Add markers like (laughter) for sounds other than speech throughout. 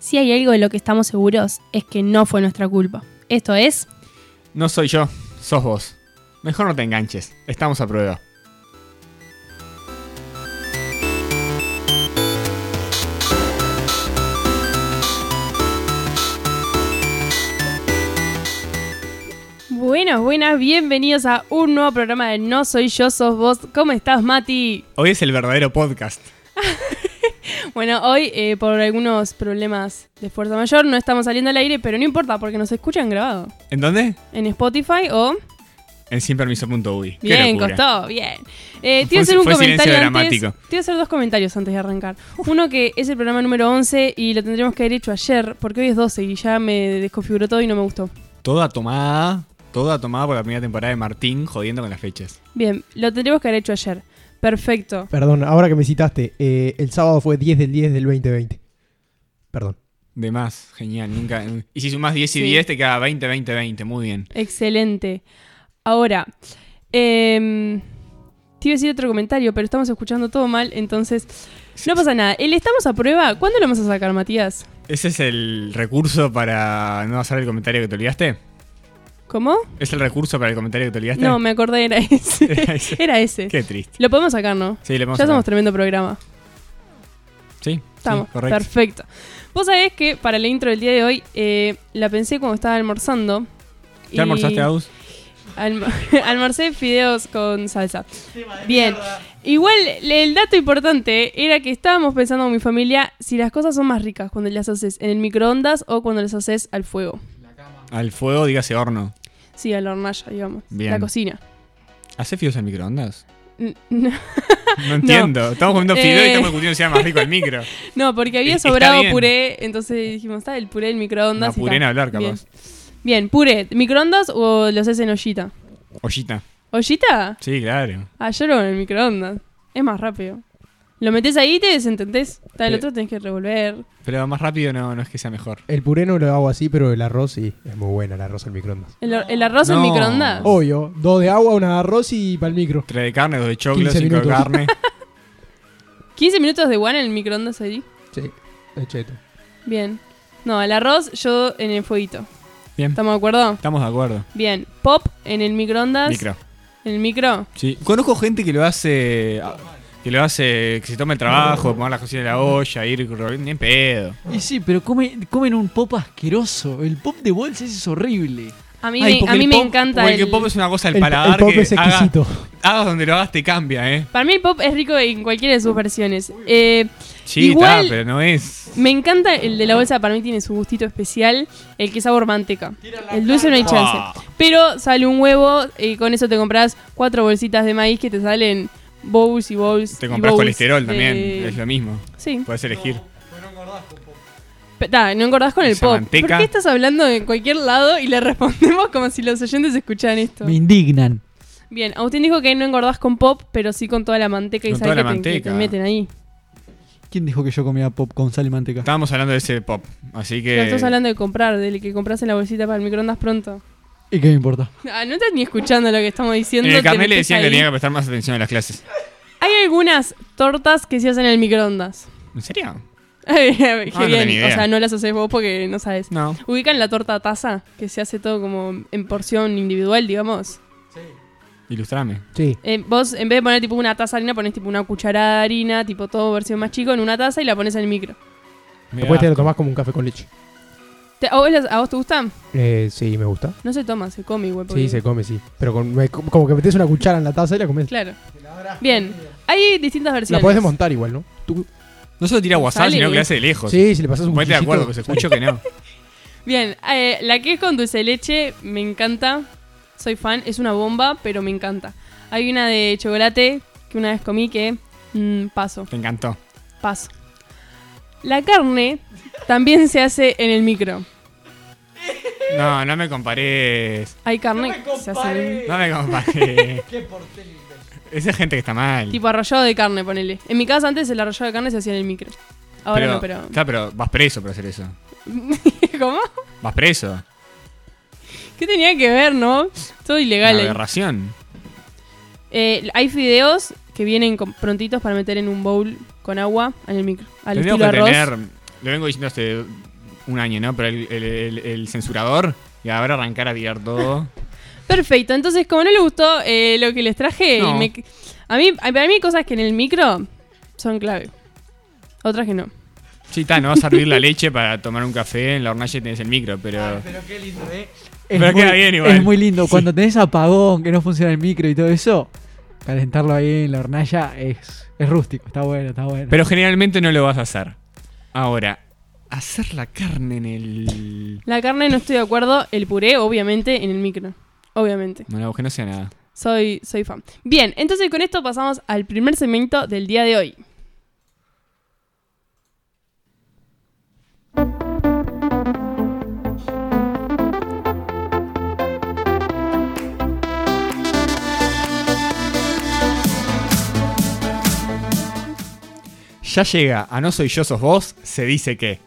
Si hay algo de lo que estamos seguros es que no fue nuestra culpa. Esto es, No soy yo, sos vos. Mejor no te enganches, estamos a prueba. buenas, buenas, bienvenidos a un nuevo programa de No Soy Yo, Sos Vos. ¿Cómo estás, Mati? Hoy es el verdadero podcast. Bueno, hoy eh, por algunos problemas de fuerza mayor no estamos saliendo al aire, pero no importa porque nos escuchan grabado ¿En dónde? en Spotify o... En sinpermiso.uy. Qué Bien, locura. costó, bien. Eh, te Fue- iba a hacer un fue silencio comentario antes. dramático. Te iba a hacer dos comentarios antes de arrancar. Uno que es el programa número 11 y lo tendríamos que haber hecho ayer, porque hoy es 12 y ya me desconfiguró todo y no me gustó. Toda tomada, toda tomada por la primera temporada de Martín jodiendo con las fechas. Bien, lo tendríamos que haber hecho ayer. Perfecto. Perdón, ahora que me citaste, eh, el sábado fue 10 del 10 del 2020. Perdón. De más, genial, nunca. Y si sumás 10 y Sí. 10 te queda 20, 20, 20, muy bien. Excelente. Ahora, em, te iba a decir otro comentario, pero estamos escuchando todo mal, entonces no pasa nada. El estamos a prueba, ¿cuándo lo vamos a sacar, Matías? ¿Ese es el recurso para no hacer el comentario que te olvidaste? ¿Cómo? ¿Es el recurso para el comentario que te olvidaste? No, me acordé, (laughs) era ese. Este. Era ese. Era ese. Qué triste. Lo podemos sacar, ¿no? Sí, le vamos ya a somos tremendo programa. Sí, Estamos. sí, correcto. Perfecto. Vos sabés que para la intro del día de hoy eh, la pensé cuando estaba almorzando. y ¿Ya almorzaste, Agus? alm- (laughs) almorcé fideos con salsa. Bien. Igual le- el dato importante era que estábamos pensando con mi familia si las cosas son más ricas cuando las haces en el microondas o cuando las haces al fuego. Al fuego, dígase horno. Sí, a la hornalla, digamos. Bien. La cocina. ¿Hace fideos al microondas? N- (laughs) No, No entiendo. Estamos comiendo fideos y Eh. estamos discutiendo si era más rico (laughs) el micro. no, porque había Eh, Está sobrado bien. puré, entonces dijimos, está el puré del No microondas. y apuré en está". hablar, capaz. Bien. Bien, puré, microondas o lo haces en ollita. Ollita. ¿Ollita? Sí, claro. Ah, yo lo hago en el microondas. Es más rápido. Lo metes ahí y te desentendés. Está el Sí. otro tenés que revolver. Pero más rápido no, no es que sea mejor. El puré no lo hago así, pero el arroz sí. Es muy buena el arroz al microondas. ¿El, el arroz en No. microondas? Obvio, dos de agua, una de arroz y para el micro. Tres de carne, dos de choclo, 15 cinco de (laughs) minutos. carne. 15 minutos de guana en el microondas ahí. Sí, es cheto. Bien. No, el arroz yo en el fueguito. Bien. ¿Estamos de acuerdo? Estamos de acuerdo. Bien. Pop en el microondas. Micro. En el micro. Sí. Conozco gente que lo hace. ah, Que lo hace. Que se toma el trabajo, poner las cosas en la olla, ir. ro- Ni en pedo. Y sí, pero come- comen un pop asqueroso. El pop de bolsa ese es horrible. A mí, Ay, me, porque a mí el me pop- encanta porque el el... pop es una cosa del El, paladar el pop que es haga- exquisito. hagas donde lo hagas te cambia, ¿eh? Para mí el pop es rico en cualquiera de sus versiones. Eh, Sí, Igual- ta, pero no es. me encanta el de la bolsa, para mí tiene su gustito especial, el que es sabor manteca. El dulce no hay chance. Ah, Pero sale un huevo y con eso te compras cuatro bolsitas de maíz que te salen bowls y bowls. te y compras bowls colesterol de- también, es lo mismo. Sí. Puedes elegir. Pe- ta, no engordás con el Esa pop. manteca. ¿Por qué estás hablando en cualquier lado y le (laughs) respondemos como si los oyentes escucharan esto? Me indignan. Bien, Agustín dijo que no engordás con pop, pero sí con toda la manteca y Con sal toda que, te- que la Te, manteca. meten ahí. ¿Quién dijo que yo comía pop con sal y manteca? Estábamos hablando de ese pop, así Pero que. estás hablando de comprar, del que compras en la bolsita para el microondas pronto. ¿Y qué me importa? Ah, no estás ni escuchando lo que estamos diciendo. en el te carnet Eh, le metes decían que ahí. tenía que prestar más atención en las clases. Hay algunas tortas que se hacen en el microondas. (laughs) ¿En serio? Qué Ah, no bien. tenía idea. O sea, no las haces vos porque no sabes. No. Ubican la torta taza, que se hace todo como en porción individual, digamos. Ilustrame. Sí. Eh, vos, en vez de poner tipo una taza de harina, pones tipo una cucharada de harina, tipo todo versión más chico, en una taza y la pones en el micro. Después te lo tomás como un café con leche. ¿Te- a, vos, las- a vos te gustan? Eh, sí, me gusta. No se toma, se come igual. porque- Sí, se come, sí. Pero con- me- como que metes una cuchara en la taza y la comes. Claro. Bien, hay distintas La versiones. podés desmontar igual, ¿no? Tú- No solo tira WhatsApp, Sale, sino que güey. le hace de lejos. sí, si le pasas un Ponete de cuchillito, acuerdo, que se escuchó que no. Bien, eh, la que es con dulce de leche me encanta. Soy fan, es una bomba, pero me encanta. Hay una de chocolate que una vez comí que mm, paso, Te encantó. paso. La carne también se hace en el micro. No, no me compares. Hay carne que se hace en el No me compares. Esa es gente que está mal. Tipo arrollado de carne, ponele. En mi casa antes el arrollado de carne se hacía en el micro. Ahora no, Claro, pero vas preso por hacer eso. pero. (laughs) ¿Cómo? Vas preso. ¿Qué tenía que ver, no? Todo ilegal. Una ahí. aberración. Eh, hay fideos que vienen con- prontitos para meter en un bowl con agua en el micro. Al Tendríamos estilo que arroz. tener. Lo vengo diciendo hace un año, ¿no? Pero el, el- el- el censurador y ahora arrancar a tirar todo. Perfecto, entonces como no le gustó eh, lo que les traje, No. y me- a mí, a- para mí hay cosas que en el micro son clave, otras que no. Sí, está, no vas a hervir la leche para tomar un café, en la hornalla tenés el micro, pero... Pero qué lindo, ¿eh? Es Pero muy, queda bien igual. Es muy lindo. Cuando tenés apagón, que no funciona el micro y todo eso, calentarlo ahí en la hornalla es, es rústico. Está bueno, está bueno. Pero generalmente no lo vas a hacer. Ahora, hacer la carne en el... La carne no estoy de acuerdo, el puré obviamente en el micro, obviamente. Bueno, que no sea nada. Soy, soy fan. Bien, entonces con esto pasamos al primer segmento del día de hoy. Ya llega a No soy yo, sos vos, se dice que.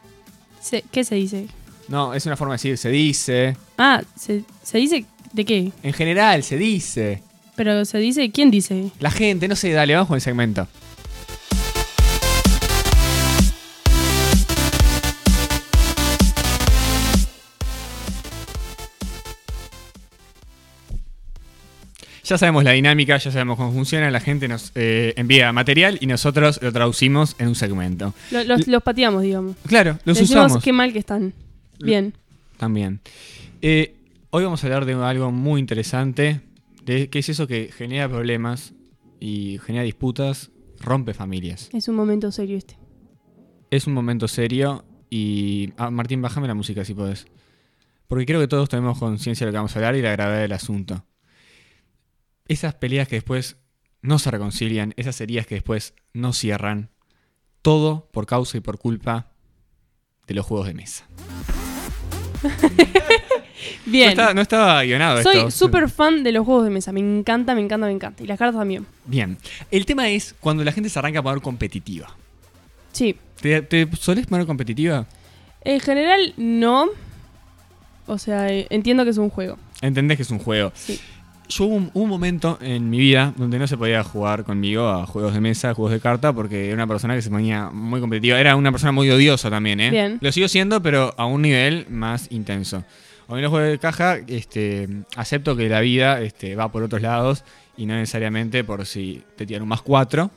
Se- ¿Qué se dice? No, es una forma de decir, se dice. Ah, se, se dice de qué, En general, se dice. pero se dice quién dice. La gente, no sé, dale, vamos con el segmento. Ya sabemos la dinámica, ya sabemos cómo funciona, la gente nos eh, envía material y nosotros lo traducimos en un segmento. Lo- los, los pateamos, digamos. Claro, los Decimos usamos qué mal que están. Bien. también. Eh, hoy vamos a hablar de algo muy interesante, de qué es eso que genera problemas y genera disputas, rompe familias. Es un momento serio este. es un momento serio y... Ah, Martín, bájame la música si podés. Porque creo que todos tenemos conciencia de lo que vamos a hablar y la gravedad del asunto. Esas peleas que después no se reconcilian, esas heridas que después no cierran, todo por causa y por culpa de los juegos de mesa. No Bien. estaba, no estaba guionado esto. Soy súper fan de los juegos de mesa. Me encanta, me encanta, me encanta. Y las cartas también. Bien. El tema es cuando la gente se arranca a poner competitiva. Sí. ¿Te, te solés poner competitiva? En general, no. O sea, eh, entiendo que es un juego. Entendés que es un juego. Sí. Yo hubo un, un momento en mi vida donde no se podía jugar conmigo a juegos de mesa, juegos de carta, porque era una persona que se ponía muy competitiva. Era una persona muy odiosa también, ¿eh? Bien. Lo sigo siendo, pero a un nivel más intenso. A mí los juegos de caja, este, acepto que la vida este, va por otros lados y no necesariamente por si te tiran un más cuatro.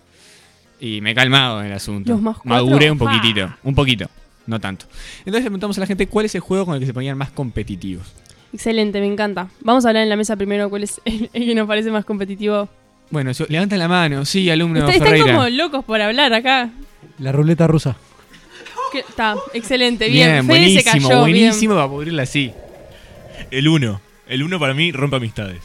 Y me he calmado en el asunto. ¿Los más cuatro? Maduré un Pa. poquitito, un poquito, no tanto. Entonces le preguntamos a la gente cuál es el juego con el que se ponían más competitivos. Excelente, me encanta. Vamos a hablar en la mesa primero cuál es el, el que nos parece más competitivo. Bueno, si- levanta la mano. Sí, alumno Está- están Ferreira. como locos por hablar acá. La ruleta rusa. Que- Está, excelente, bien. Fede se buenísimo, cayó, bien. buenísimo para pudrirla así. El 1. El 1 para mí rompe amistades.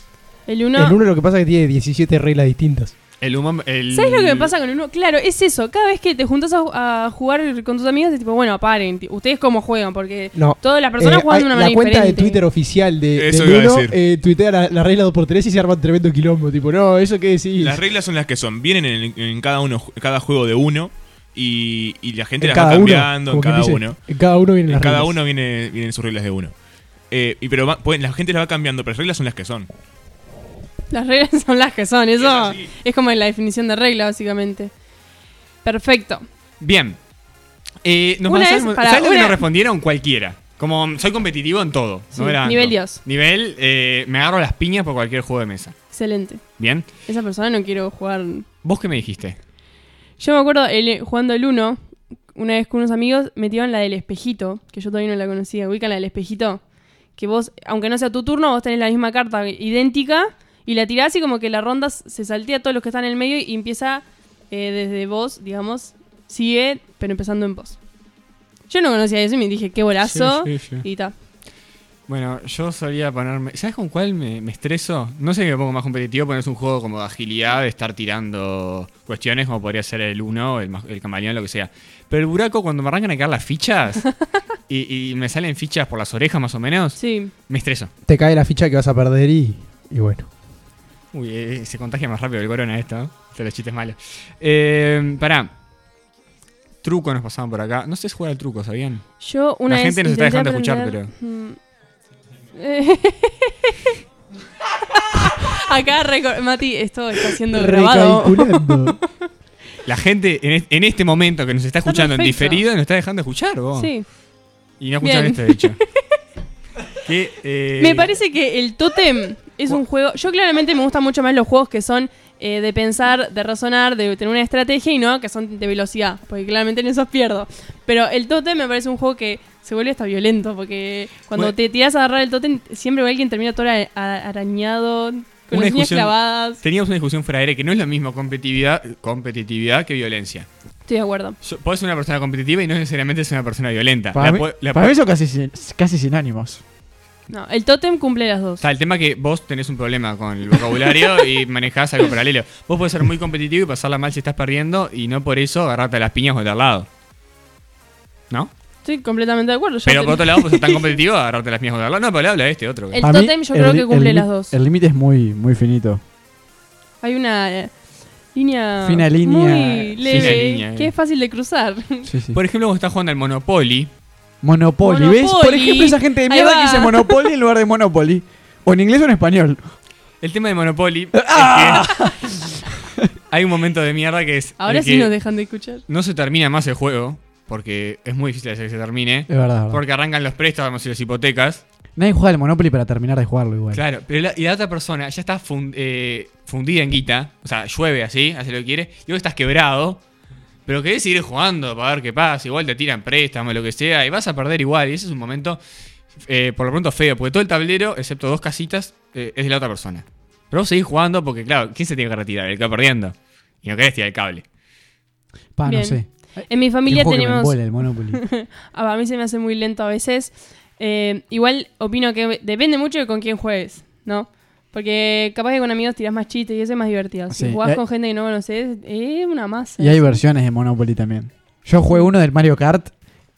El uno. El uno lo que pasa es que tiene 17 reglas distintas. El humo, el... ¿Sabes lo que me pasa con el uno? Claro, es eso. Cada vez que te juntas a, a jugar con tus amigos, es tipo, bueno, paren. ti- Ustedes cómo juegan, porque No. todas las personas Eh, juegan de hay- una manera La cuenta diferente. de Twitter oficial de, Eso del iba a uno, decir. eh, tuitea la, la regla 2x3 y se arma un tremendo quilombo. Tipo, no, ¿eso qué decís? Las reglas son las que son. Vienen en, en cada uno, cada juego de uno. Y, y la gente En las cada va uno, cambiando como en quien cada dice. uno. En cada uno vienen En las cada reglas. uno viene, vienen sus reglas de uno. Eh, y pero va- pueden- la gente las va cambiando, pero las reglas son las que son. Las reglas son las que son, Es eso así. es como la definición de regla, básicamente. Perfecto. Bien. Eh, nos Una pasaron- vez, pará, ¿Sabes lo que una- nos respondieron? Cualquiera. Como soy competitivo en todo. Sí, no era- nivel no. Dios. Nivel, eh, me agarro las piñas por cualquier juego de mesa. Excelente. Bien. Esa persona no quiero jugar. ¿Vos qué me dijiste? Yo me acuerdo el- jugando el 1, una vez con unos amigos metieron la del espejito, que yo todavía no la conocía. Ubican la del espejito. Que vos, aunque no sea tu turno, vos tenés la misma carta idéntica y la tirás y como que la ronda s- se saltea a todos los que están en el medio y empieza eh, desde vos, digamos, sigue, pero empezando en vos. Yo no conocía eso y me dije, qué bolazo. Sí, sí, sí. Y ta. Bueno, yo solía ponerme... ¿Sabes con cuál me, me estreso? No sé que me pongo más competitivo, pero es un juego como de agilidad, de estar tirando cuestiones, como podría ser el uno, el, ma- el camaleón, lo que sea. Pero el buraco, cuando me arrancan a caer las fichas, y, y me salen fichas por las orejas más o menos, Sí. me estreso. Te cae la ficha que vas a perder y, y bueno. Uy, eh, se contagia más rápido el corona esto, ¿no? Este los chistes malos. Eh, pará. Truco nos pasaban por acá. No sé si jugar al truco, ¿sabían? Yo una La vez gente nos está intenté dejando escuchar, aprender- Mm. (laughs) Eh, Acá, reco- Mati, esto está siendo grabado. (laughs) Recalculando. La gente en, es- en este momento que nos está escuchando en perfecto. diferido nos está dejando escuchar, vos. Sí. Y no escuchan Bien. (laughs) este dicho. Que, eh, Me parece que el Totem es un juego. Yo claramente me gustan mucho más los juegos que son eh, de pensar, de razonar, de tener una estrategia y no que son de velocidad, porque claramente en esos pierdo. Pero el Totem me parece un juego que se vuelve hasta violento, porque cuando Bueno. te tiras a agarrar el Totem, siempre alguien termina todo ara- a- arañado, con Una las uñas discusión- clavadas. Teníamos una discusión fuera de aire que no es la misma competitividad, competitividad que violencia. Estoy de acuerdo. So- Podés ser una persona competitiva y no necesariamente ser una persona violenta. Para, La mí, po- la para po- mí son casi, sin- casi sinónimos. No, el Totem cumple las dos. Está, el tema que vos tenés un problema con el (laughs) vocabulario y manejás algo paralelo. Vos podés ser muy competitivo y pasarla mal si estás perdiendo y no por eso agarrarte a las piñas o al lado. ¿No? Estoy completamente de acuerdo. Yo Pero te- por otro lado, pues es tan (laughs) competitivo agarrarte a las piñas o al lado. No, pero le habla a este otro. El Para mí, tótem yo creo que li- cumple el las li- dos. El límite es muy, muy finito. Hay una eh, línea. Fina línea. Muy Fina leve. línea, eh. que es fácil de cruzar. (laughs) Sí, sí. Por ejemplo, cuando estás jugando al Monopoly, Monopoly. ¿Ves? Por Monopoly. ejemplo, esa gente de Ahí mierda va. que dice Monopoly en lugar de Monopoly. O en inglés o en español. el tema de Monopoly (laughs) ¡Ah! es que hay un momento de mierda que es. Ahora el sí que nos dejan de escuchar. No se termina más el juego, porque es muy difícil hacer que se termine. Es verdad, es verdad. Porque arrancan los préstamos y las hipotecas. Nadie juega el Monopoly para terminar de jugarlo igual. Claro, pero la, y la otra persona ya está fun- eh, fundida en guita, o sea, llueve así, hace lo que quiere, y vos estás quebrado, pero querés seguir jugando para ver qué pasa, igual te tiran préstamos, lo que sea, y vas a perder igual, y ese es un momento, eh, por lo pronto, feo, porque todo el tablero, excepto dos casitas, eh, es de la otra persona. Pero vos seguís jugando porque, claro, ¿quién se tiene que retirar? El que va perdiendo. Y no querés tirar el cable. Pa, Bien. no sé. En mi familia Es un juego que me tenemos. embola el (laughs) Monopoly. Ah, a mí se me hace muy lento a veces. Eh, igual opino que depende mucho de con quién juegues, ¿no? Porque capaz que con amigos tirás más chistes y eso es más divertido. Si Sí, jugás y hay- con gente que no conoces, es una masa. y hay eso. versiones de Monopoly también. Yo jugué uno del Mario Kart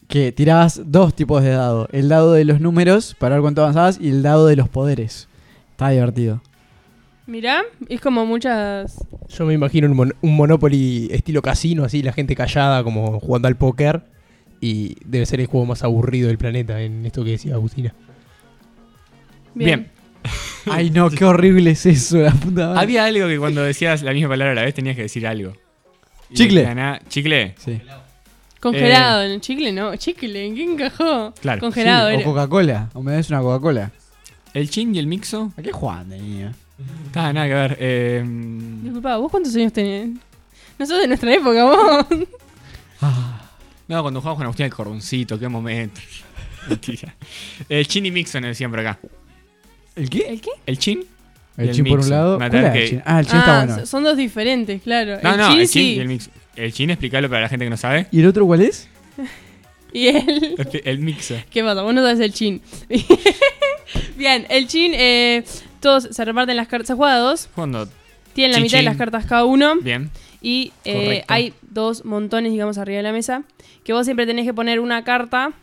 que tirabas dos tipos de dado. El dado de los números para ver cuánto avanzabas y el dado de los poderes. Está (laughs) divertido. Mirá, es como muchas. Yo me imagino un, mon- un Monopoly estilo casino, así, la gente callada, como jugando al póker. Y debe ser el juego más aburrido del planeta en esto que decía Agustina. Bien. Bien. Ay no, qué horrible es eso, la puta madre. Había algo que cuando decías la misma palabra a la vez tenías que decir algo. Y Chicle. ganá- Chicle. Sí. Congelado, Eh, en el chicle no. Chicle, ¿en qué encajó? Claro, Congelado. Sí, era. o Coca-Cola. O me des una Coca-Cola. ¿El chin y el mixo? ¿A qué juegan de niño? Ah, nada que ver. eh, Disculpa, ¿vos cuántos años tenés? No sos de nuestra época, vos. Ah, No, cuando jugamos con Agustín el cordoncito, qué (laughs) momento. Mentira. El chin y mixon decían por acá. ¿El qué? ¿El qué? ¿El chin? El El chin por mixo. un lado. Matar ¿Cuál era que- el chin? Ah, el chin Ah, está bueno. so- son dos diferentes, claro. No, el no, chin, el chin sí. y el mixon. El chin, explicarlo para la gente que no sabe. ¿Y el otro cuál es? Y el... (laughs) Expli- El mixo. ¿Qué pasa? Vos no sabés el chin. (laughs) Bien, el chin, eh, todos se reparten las cartas, se juega a dos, Cuando. tienen la Chin, mitad de chin. las cartas cada uno Bien. y eh, Correcto. hay dos montones, digamos, arriba de la mesa, que vos siempre tenés que poner una carta,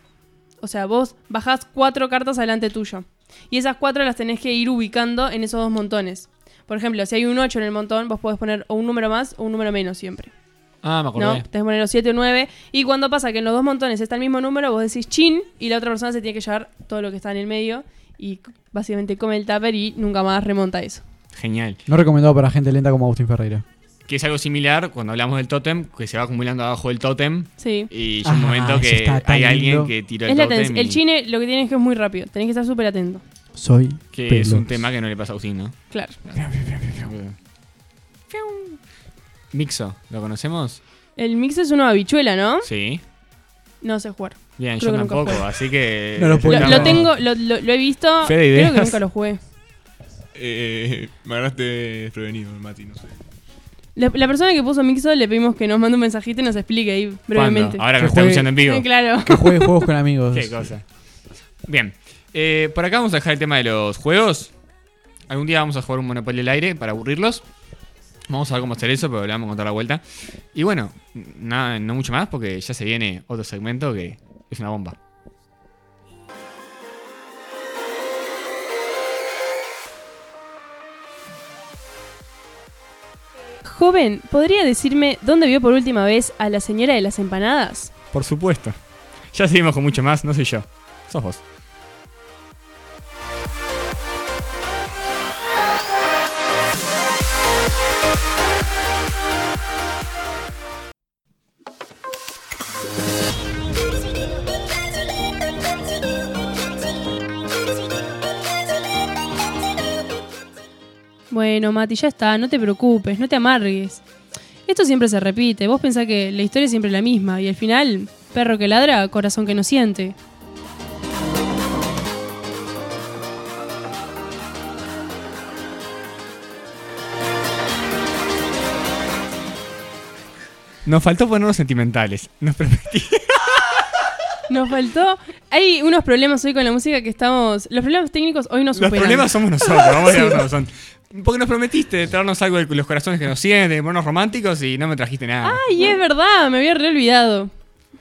o sea, vos bajás cuatro cartas adelante tuyo y esas cuatro las tenés que ir ubicando en esos dos montones. Por ejemplo, si hay un 8 en el montón, vos podés poner o un número más o un número menos siempre. Ah, me ¿no? acordé. Tenés que poner los 7 o 9. Y cuando pasa que en los dos montones está el mismo número, vos decís chin y la otra persona se tiene que llevar todo lo que está en el medio y c- básicamente come el tupper y nunca más remonta eso. Genial. No recomendado para gente lenta como Agustín Ferreira. Que es algo similar cuando hablamos del tótem, que se va acumulando abajo del tótem. Sí. Y llega un Ah, momento eso que está tan hay alguien lindo. que tiró el Es la tótem tensión. y- El chine lo que tienes es que es muy rápido. Tenés que estar súper atento. Soy. Que Pelos. es un tema que no le pasa a Agustín, ¿no? Claro. Mixo, ¿lo conocemos? El mix es una habichuela, ¿no? Sí. No sé jugar. Bien, Creo que yo nunca tampoco, jugué. así que. No lo Lo, puedo lo estamos- tengo, lo, lo- lo he visto. Fe Creo de que ideas. nunca lo jugué. Eh, me agarraste prevenido, Mati, no sé. La, la persona que puso Mixo le pedimos que nos mande un mensajito y nos explique ahí brevemente. ¿Cuándo? Ahora Que nos está juegue- escuchando Ah, en vivo. Eh, (laughs) claro. Que juegue juegos con (laughs) amigos. Qué cosa. Bien. eh, por acá vamos a dejar el tema de los juegos. Algún día vamos a jugar un Monopoly al aire para aburrirlos. Vamos a ver cómo hacer eso, pero le vamos a contar la vuelta. Y bueno, nada, no mucho más porque ya se viene otro segmento que es una bomba. Joven, ¿podría decirme dónde vio por última vez a la señora de las empanadas? Por supuesto. Ya seguimos con mucho más, no soy yo. Sos vos. bueno, Mati, ya está, no te preocupes, no te amargues. Esto siempre se repite, vos pensás que la historia es siempre la misma y al final, perro que ladra, corazón que no siente. Nos faltó ponernos sentimentales. Nos permití- Nos faltó. Hay unos problemas hoy con la música que estamos. Los problemas técnicos hoy nos Los superan. problemas somos nosotros, vamos a ver cómo son. Porque nos prometiste de traernos algo de los corazones que nos siguen, de monos románticos, y no me trajiste nada. Ay, es verdad, me había re olvidado.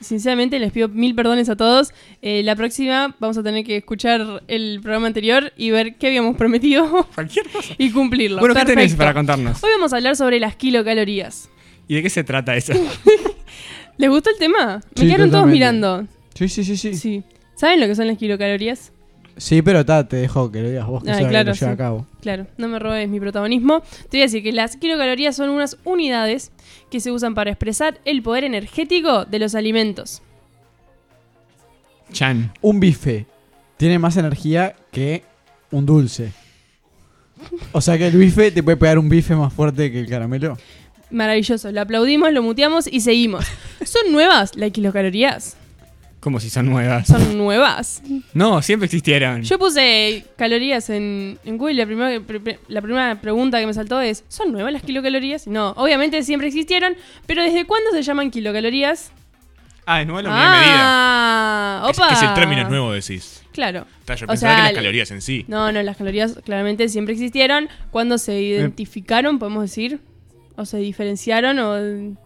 Sinceramente, les pido mil perdones a todos. Eh, la próxima vamos a tener que escuchar el programa anterior y ver qué habíamos prometido (laughs) Cualquier cosa. y cumplirlo. Bueno, ¿qué Perfecto. tenés para contarnos? Hoy vamos a hablar sobre las kilocalorías. ¿Y de qué se trata eso? ¿Les gustó el tema? Me Sí, quedaron todos totalmente. mirando. Sí, sí, sí, sí. Sí, Sí. ¿Saben lo que son las kilocalorías? pero ta, te dejo que lo digas vos que Ah, sos la que claro, lo lleva sí. a cabo. Claro, no me robes mi protagonismo. Te voy a decir que las kilocalorías son unas unidades que se usan para expresar el poder energético de los alimentos. Chan. Un bife tiene más energía que un dulce. O sea que el bife te puede pegar un bife más fuerte que el caramelo. Maravilloso, lo aplaudimos, lo muteamos y (laughs) seguimos. ¿Son nuevas las kilocalorías? Como si son nuevas. Son nuevas. Mm. No, siempre existieron. Yo puse calorías en, en Google y la primera, pre- pre- la primera pregunta que me saltó es, ¿son nuevas las kilocalorías? No, obviamente siempre existieron, pero ¿desde cuándo se llaman kilocalorías? Ah, es nuevo la unidad de medida. ah, Es, opa. es el término es nuevo, decís. Claro. Está, yo O pensaba sea, que las el- calorías en sí. No, no, las calorías claramente siempre existieron. Cuando se identificaron, podemos decir, o se diferenciaron, o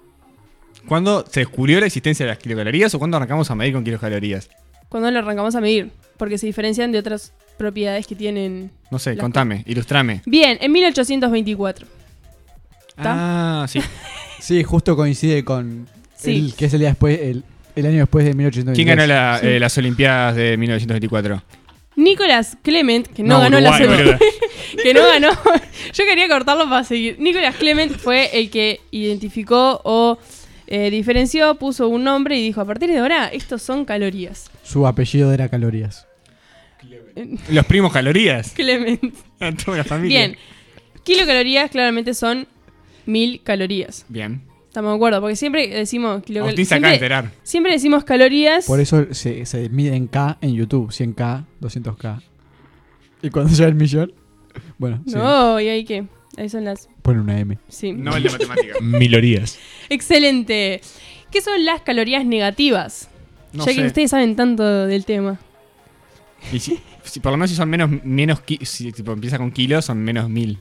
¿Cuándo se descubrió la existencia de las kilocalorías o cuándo arrancamos a medir con kilocalorías? cuando lo arrancamos a medir, porque se diferencian de otras propiedades que tienen. No sé, Las- contame, ilustrame. Bien, en 1824. Ah, sí. Sí, justo coincide con Sí. el que es el día después, el, el año después de 1890. ¿Quién ganó la- eh, las Olimpiadas de 1924? Nicolás Clement, que no, ganó Uruguay, la boluda. (laughs) que no ganó. Yo quería cortarlo para seguir. Nicolás Clement fue el que identificó o eh, diferenció, puso un nombre y dijo, a partir de ahora, estos son calorías. (laughs) Su apellido era calorías. Los primos (laughs) calorías. (laughs) Clement. A toda la familia. Bien. Kilocalorías claramente son mil calorías. Bien. Estamos de acuerdo, porque siempre decimos Agustín kilocalorías. se acaba de Siempre, enterar. siempre decimos calorías. Por eso se, se mide en K en YouTube, 100K, 200K. ¿Y cuando (laughs) llega el millón? Bueno, sí, no, y ahí qué. Ahí son las. pone una M. (laughs) Sí. No el de matemática. Milorías. Excelente. ¿Qué son las calorías negativas? No ya sé. que ustedes saben tanto del tema. Y si, si por lo menos si son menos, menos ki- si tipo, empieza con kilos, son menos mil.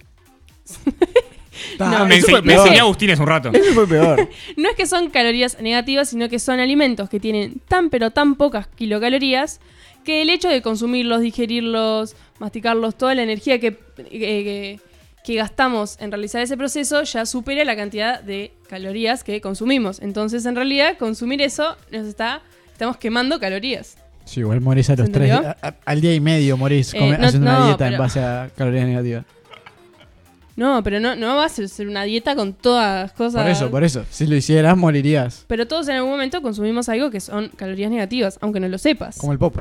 No, Ah, me eso ense- fue me Ah, peor. enseñó Agustín hace (laughs) un rato. Eso fue peor. No es que son calorías negativas, sino que son alimentos que tienen tan pero tan pocas kilocalorías que el hecho de consumirlos, digerirlos, masticarlos, toda la energía que, eh, que- que gastamos en realizar ese proceso ya supera la cantidad de calorías que consumimos. Entonces, en realidad, consumir eso nos está... Estamos quemando calorías. Sí, igual morís a los ¿Se tres. entendió? a- a- al día y medio morís Eh, come- no- haciendo no, una dieta en pero- base a calorías negativas. No, pero no, no va a ser ser una dieta con todas las cosas... por eso, por eso. Si lo hicieras, morirías. Pero todos en algún momento consumimos algo que son calorías negativas, aunque no lo sepas. Como el pop.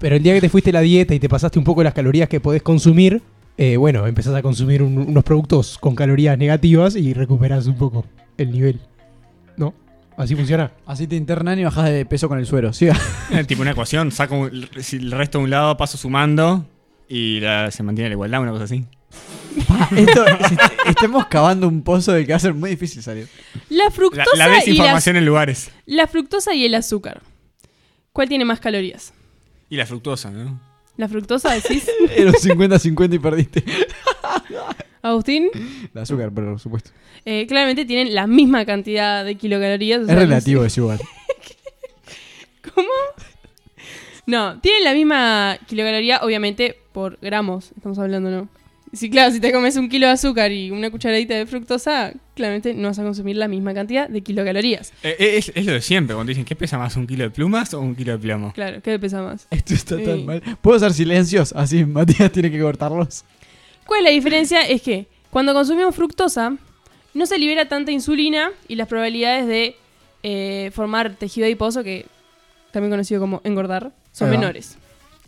Pero el día que te fuiste a la dieta y te pasaste un poco las calorías que podés consumir, eh, bueno, empezás a consumir un- unos productos con calorías negativas y recuperás un poco el nivel. ¿No? Así funciona. Así te internan y bajás de peso con el suero. (laughs) Siga. Eh, tipo una ecuación, saco un- si el resto de un lado, paso sumando y la- se mantiene la igualdad, una cosa así. Esto, si est- estemos cavando un pozo del que va a ser muy difícil salir. La La, fructosa la y las desinformación en lugares. La fructosa y el azúcar. ¿Cuál tiene más calorías? Y la fructosa, ¿no? ¿La fructosa decís? Era un 50-50 y perdiste. Agustín, El azúcar, por supuesto. eh, claramente tienen la misma cantidad de kilocalorías. o Es sea, no sé. relativo es igual. ¿Cómo? No, tienen la misma kilocaloría, obviamente, por gramos. Estamos hablando, ¿no? Sí, claro, si te comes un kilo de azúcar y una cucharadita de fructosa, claramente no vas a consumir la misma cantidad de kilocalorías. Eh, eh, es, es lo de siempre, cuando dicen, ¿qué pesa más, un kilo de plumas o un kilo de plomo? Claro, ¿qué pesa más? Esto está Sí. tan mal. ¿Puedo hacer silencios? Así Matías tiene que cortarlos. ¿Cuál es la diferencia? Es que cuando consumimos fructosa, no se libera tanta insulina y las probabilidades de eh, formar tejido adiposo, que también conocido como engordar, son Ahí va. menores.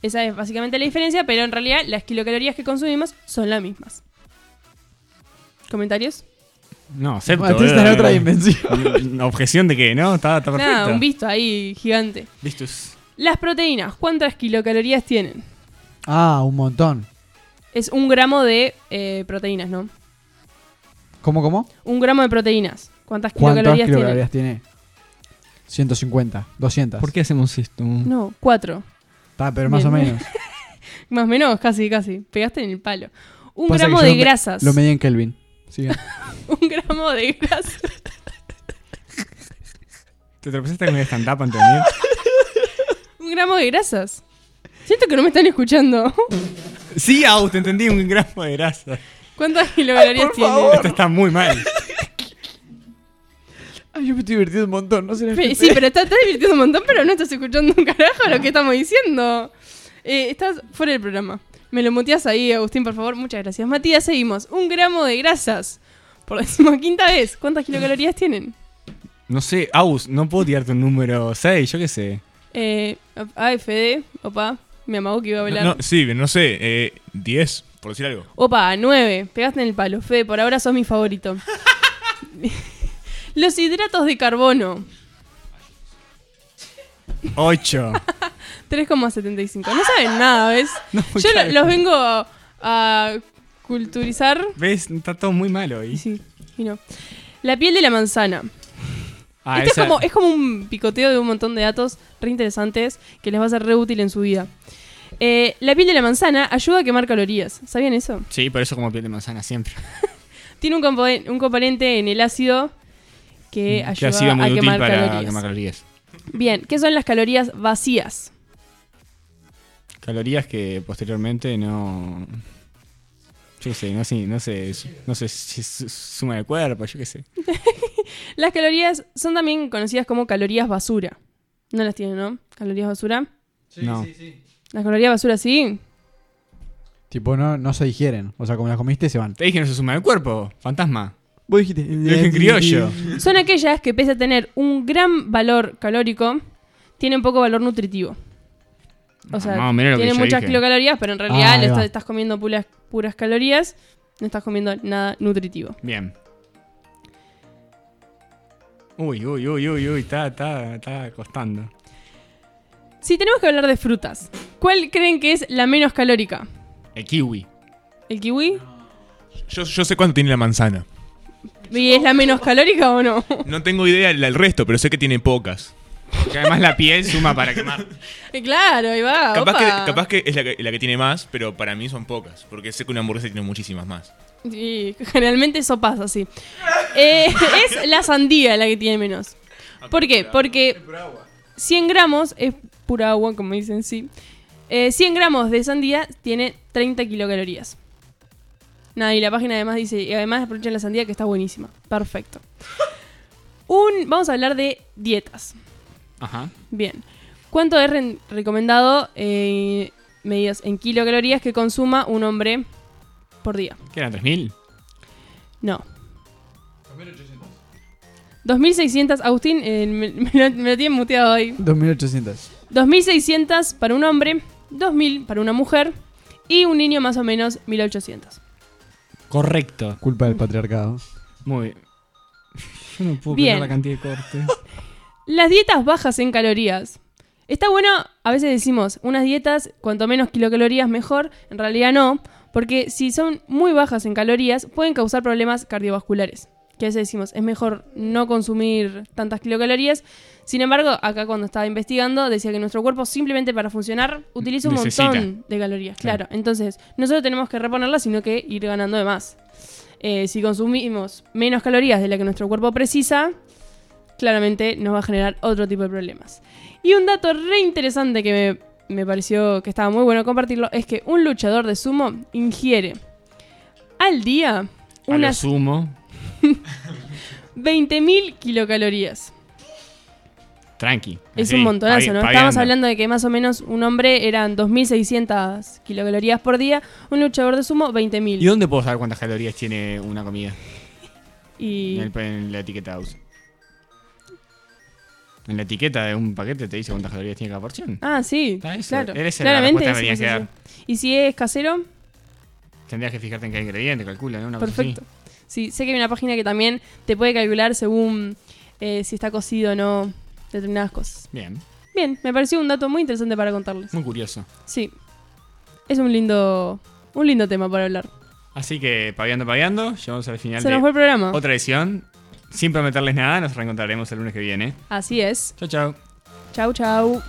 Esa es básicamente la diferencia, pero en realidad las kilocalorías que consumimos son las mismas. ¿Comentarios? No, acepto. Batista en eh, otra dimensión. eh, ¿Objeción de qué? ¿No? Está, está perfecto. Nada, un visto ahí gigante. Vistus. Las proteínas, ¿cuántas kilocalorías tienen? Ah, un montón. Es un gramo de eh, proteínas, ¿no? ¿Cómo, cómo? Un gramo de proteínas. ¿Cuántas ¿Cuántas kilocalorías, kilocalorías tiene? 150, 200. ¿Por qué hacemos esto? tiene? No, cuatro. Está, pero más o Bien. (laughs) menos. Más o menos, casi, casi. Pegaste en el palo. Un Pasa que gramo yo de lo me- grasas. Lo medí en Kelvin. Sigue. (laughs) Un gramo de grasas. ¿Te tropezaste con el stand-up, Antonio? Un gramo de grasas. Siento que no me están escuchando. (laughs) sí, Aus, te entendí. Un gramo de grasa. ¿Cuántas kilocalorías tiene? Esto está muy mal. (laughs) Ay, yo me estoy divirtiendo un montón, no sé. Fe- Sí, pero estás está divirtiendo un montón, pero no estás escuchando un carajo lo que estamos diciendo. Eh, estás fuera del programa. Me lo muteas ahí, Agustín, por favor. Muchas gracias. Matías, seguimos. Un gramo de grasas. Por decimoquinta vez. ¿Cuántas kilocalorías tienen? No sé, Aus, no puedo tirarte un número 6, yo qué sé. Eh, op- ay, Fede. Opa. Me amagó que iba a hablar. No, sí, no sé, eh, 10, por decir algo. Opa, nueve. Pegaste en el palo. Fede, por ahora sos mi (laughs) favorito. Los hidratos de carbono. 8. 3,75. No saben nada, (laughs) ¿ves? Yo lo- los vengo a- a culturizar ¿Ves? Está todo muy mal Y hoy. sí, y no. La piel de la manzana. Ah, este esa- es, como, es como un picoteo de un montón de datos re interesantes que les va a ser re útil en su vida. Eh, la piel de la manzana ayuda a quemar calorías. ¿Sabían eso? Sí, por eso como piel de manzana siempre. Tiene un, compo- un componente en el ácido que Mm, Que ha ayuda sido a muy útil quemar para calorías. quemar calorías. Bien, ¿qué son las calorías vacías? Calorías que posteriormente no... Yo qué sé, no sé, no sé, no sé si su- suma el cuerpo, yo qué sé. Las calorías son también conocidas como calorías basura. No las tienen, ¿no? Calorías basura. no. Las calorías basura sí. Tipo, no, no se digieren. O sea, como las comiste, se van. Te dije no se suma el cuerpo, fantasma. Vos dijiste. eh, Lo dije en (laughs) criollo. Son aquellas que pese a tener un gran valor calórico, tienen poco valor nutritivo. O sea, Ah, Más o menos lo que tienen yo muchas dije. kilocalorías, pero en Ah, realidad ahí le está- va. estás comiendo puras, puras calorías, no estás comiendo nada nutritivo. Bien. Uy, uy, uy, uy, uy, está, está, está costando. Si tenemos que hablar de frutas, ¿cuál creen que es la menos calórica? El kiwi. ¿El kiwi? Yo, yo sé cuánto tiene la manzana. ¿Y es la menos calórica o no? No tengo idea del resto, pero sé que tiene pocas. Porque además la piel suma para quemar. Eh, claro, ahí va. Capaz opa. que, capaz que es la que, la que tiene más, pero para mí son pocas. Porque sé que una hamburguesa tiene muchísimas más. Sí, generalmente eso pasa, así (laughs) es la sandía la que tiene menos. ¿Por qué? Porque 100 gramos es pura agua, como dicen, sí. Eh, 100 gramos de sandía tiene 30 kilocalorías. Nada, y la página además dice, y además aprovechen la sandía que está buenísima. Perfecto. Un, vamos a hablar de dietas. Ajá. Bien. ¿Cuánto es re- recomendado eh, medidas en kilocalorías que consuma un hombre por día? ¿Qué eran? ¿3000? No. 2.600. 2.600, Agustín, eh, me, (laughs) me lo, me lo tienen muteado hoy. 2800. 2.600 para un hombre, 2.000 para una mujer y un niño más o menos 1.800. Correcto. Culpa del patriarcado. Muy bien. Yo no puedo Bien. creer la cantidad de (laughs) cortes. Las dietas bajas en calorías. Está bueno, a veces decimos, unas dietas, cuanto menos kilocalorías mejor, en realidad no, porque si son muy bajas en calorías pueden causar problemas cardiovasculares. Que a veces decimos, es mejor no consumir tantas kilocalorías. Sin embargo, acá cuando estaba investigando decía que nuestro cuerpo simplemente para funcionar utiliza un Necesita. montón de calorías, claro. Claro. Entonces, no solo tenemos que reponerlas, sino que ir ganando de más. Eh, si consumimos menos calorías de la que nuestro cuerpo precisa, claramente nos va a generar otro tipo de problemas. Y un dato re interesante que me, me pareció que estaba muy bueno compartirlo es que un luchador de sumo ingiere al día A lo unas sumo. 20.000 kilocalorías. Tranqui. Es así, un montonazo, pavi- ¿no? paviando. Estábamos hablando de que más o menos un hombre eran 2.600 kilocalorías por día, un luchador de sumo ¿Y 20.000. dónde puedo saber cuántas calorías tiene una comida? En, Y el- en la etiqueta house. En la etiqueta de un paquete te dice cuántas calorías tiene cada porción. Ah, sí, Ah, eso, claro. esa era la Claramente respuesta que Ah, eso tenía que es eso. Y si es casero, Tendrías que fijarte en qué ingrediente, calcula, ¿no? Una cosa perfecto. así. Sí, sé que hay una página que también te puede calcular según eh, si está cocido o no determinadas cosas. Bien, Bien, me pareció un dato muy interesante para contarles. muy curioso. Sí. Es un lindo un lindo tema para hablar. Así que, paviando, paviando, llegamos al final Se nos de fue el programa. otra edición. Sin prometerles nada, nos reencontraremos el lunes que viene. Así es. Chao, chao. Chau, chau.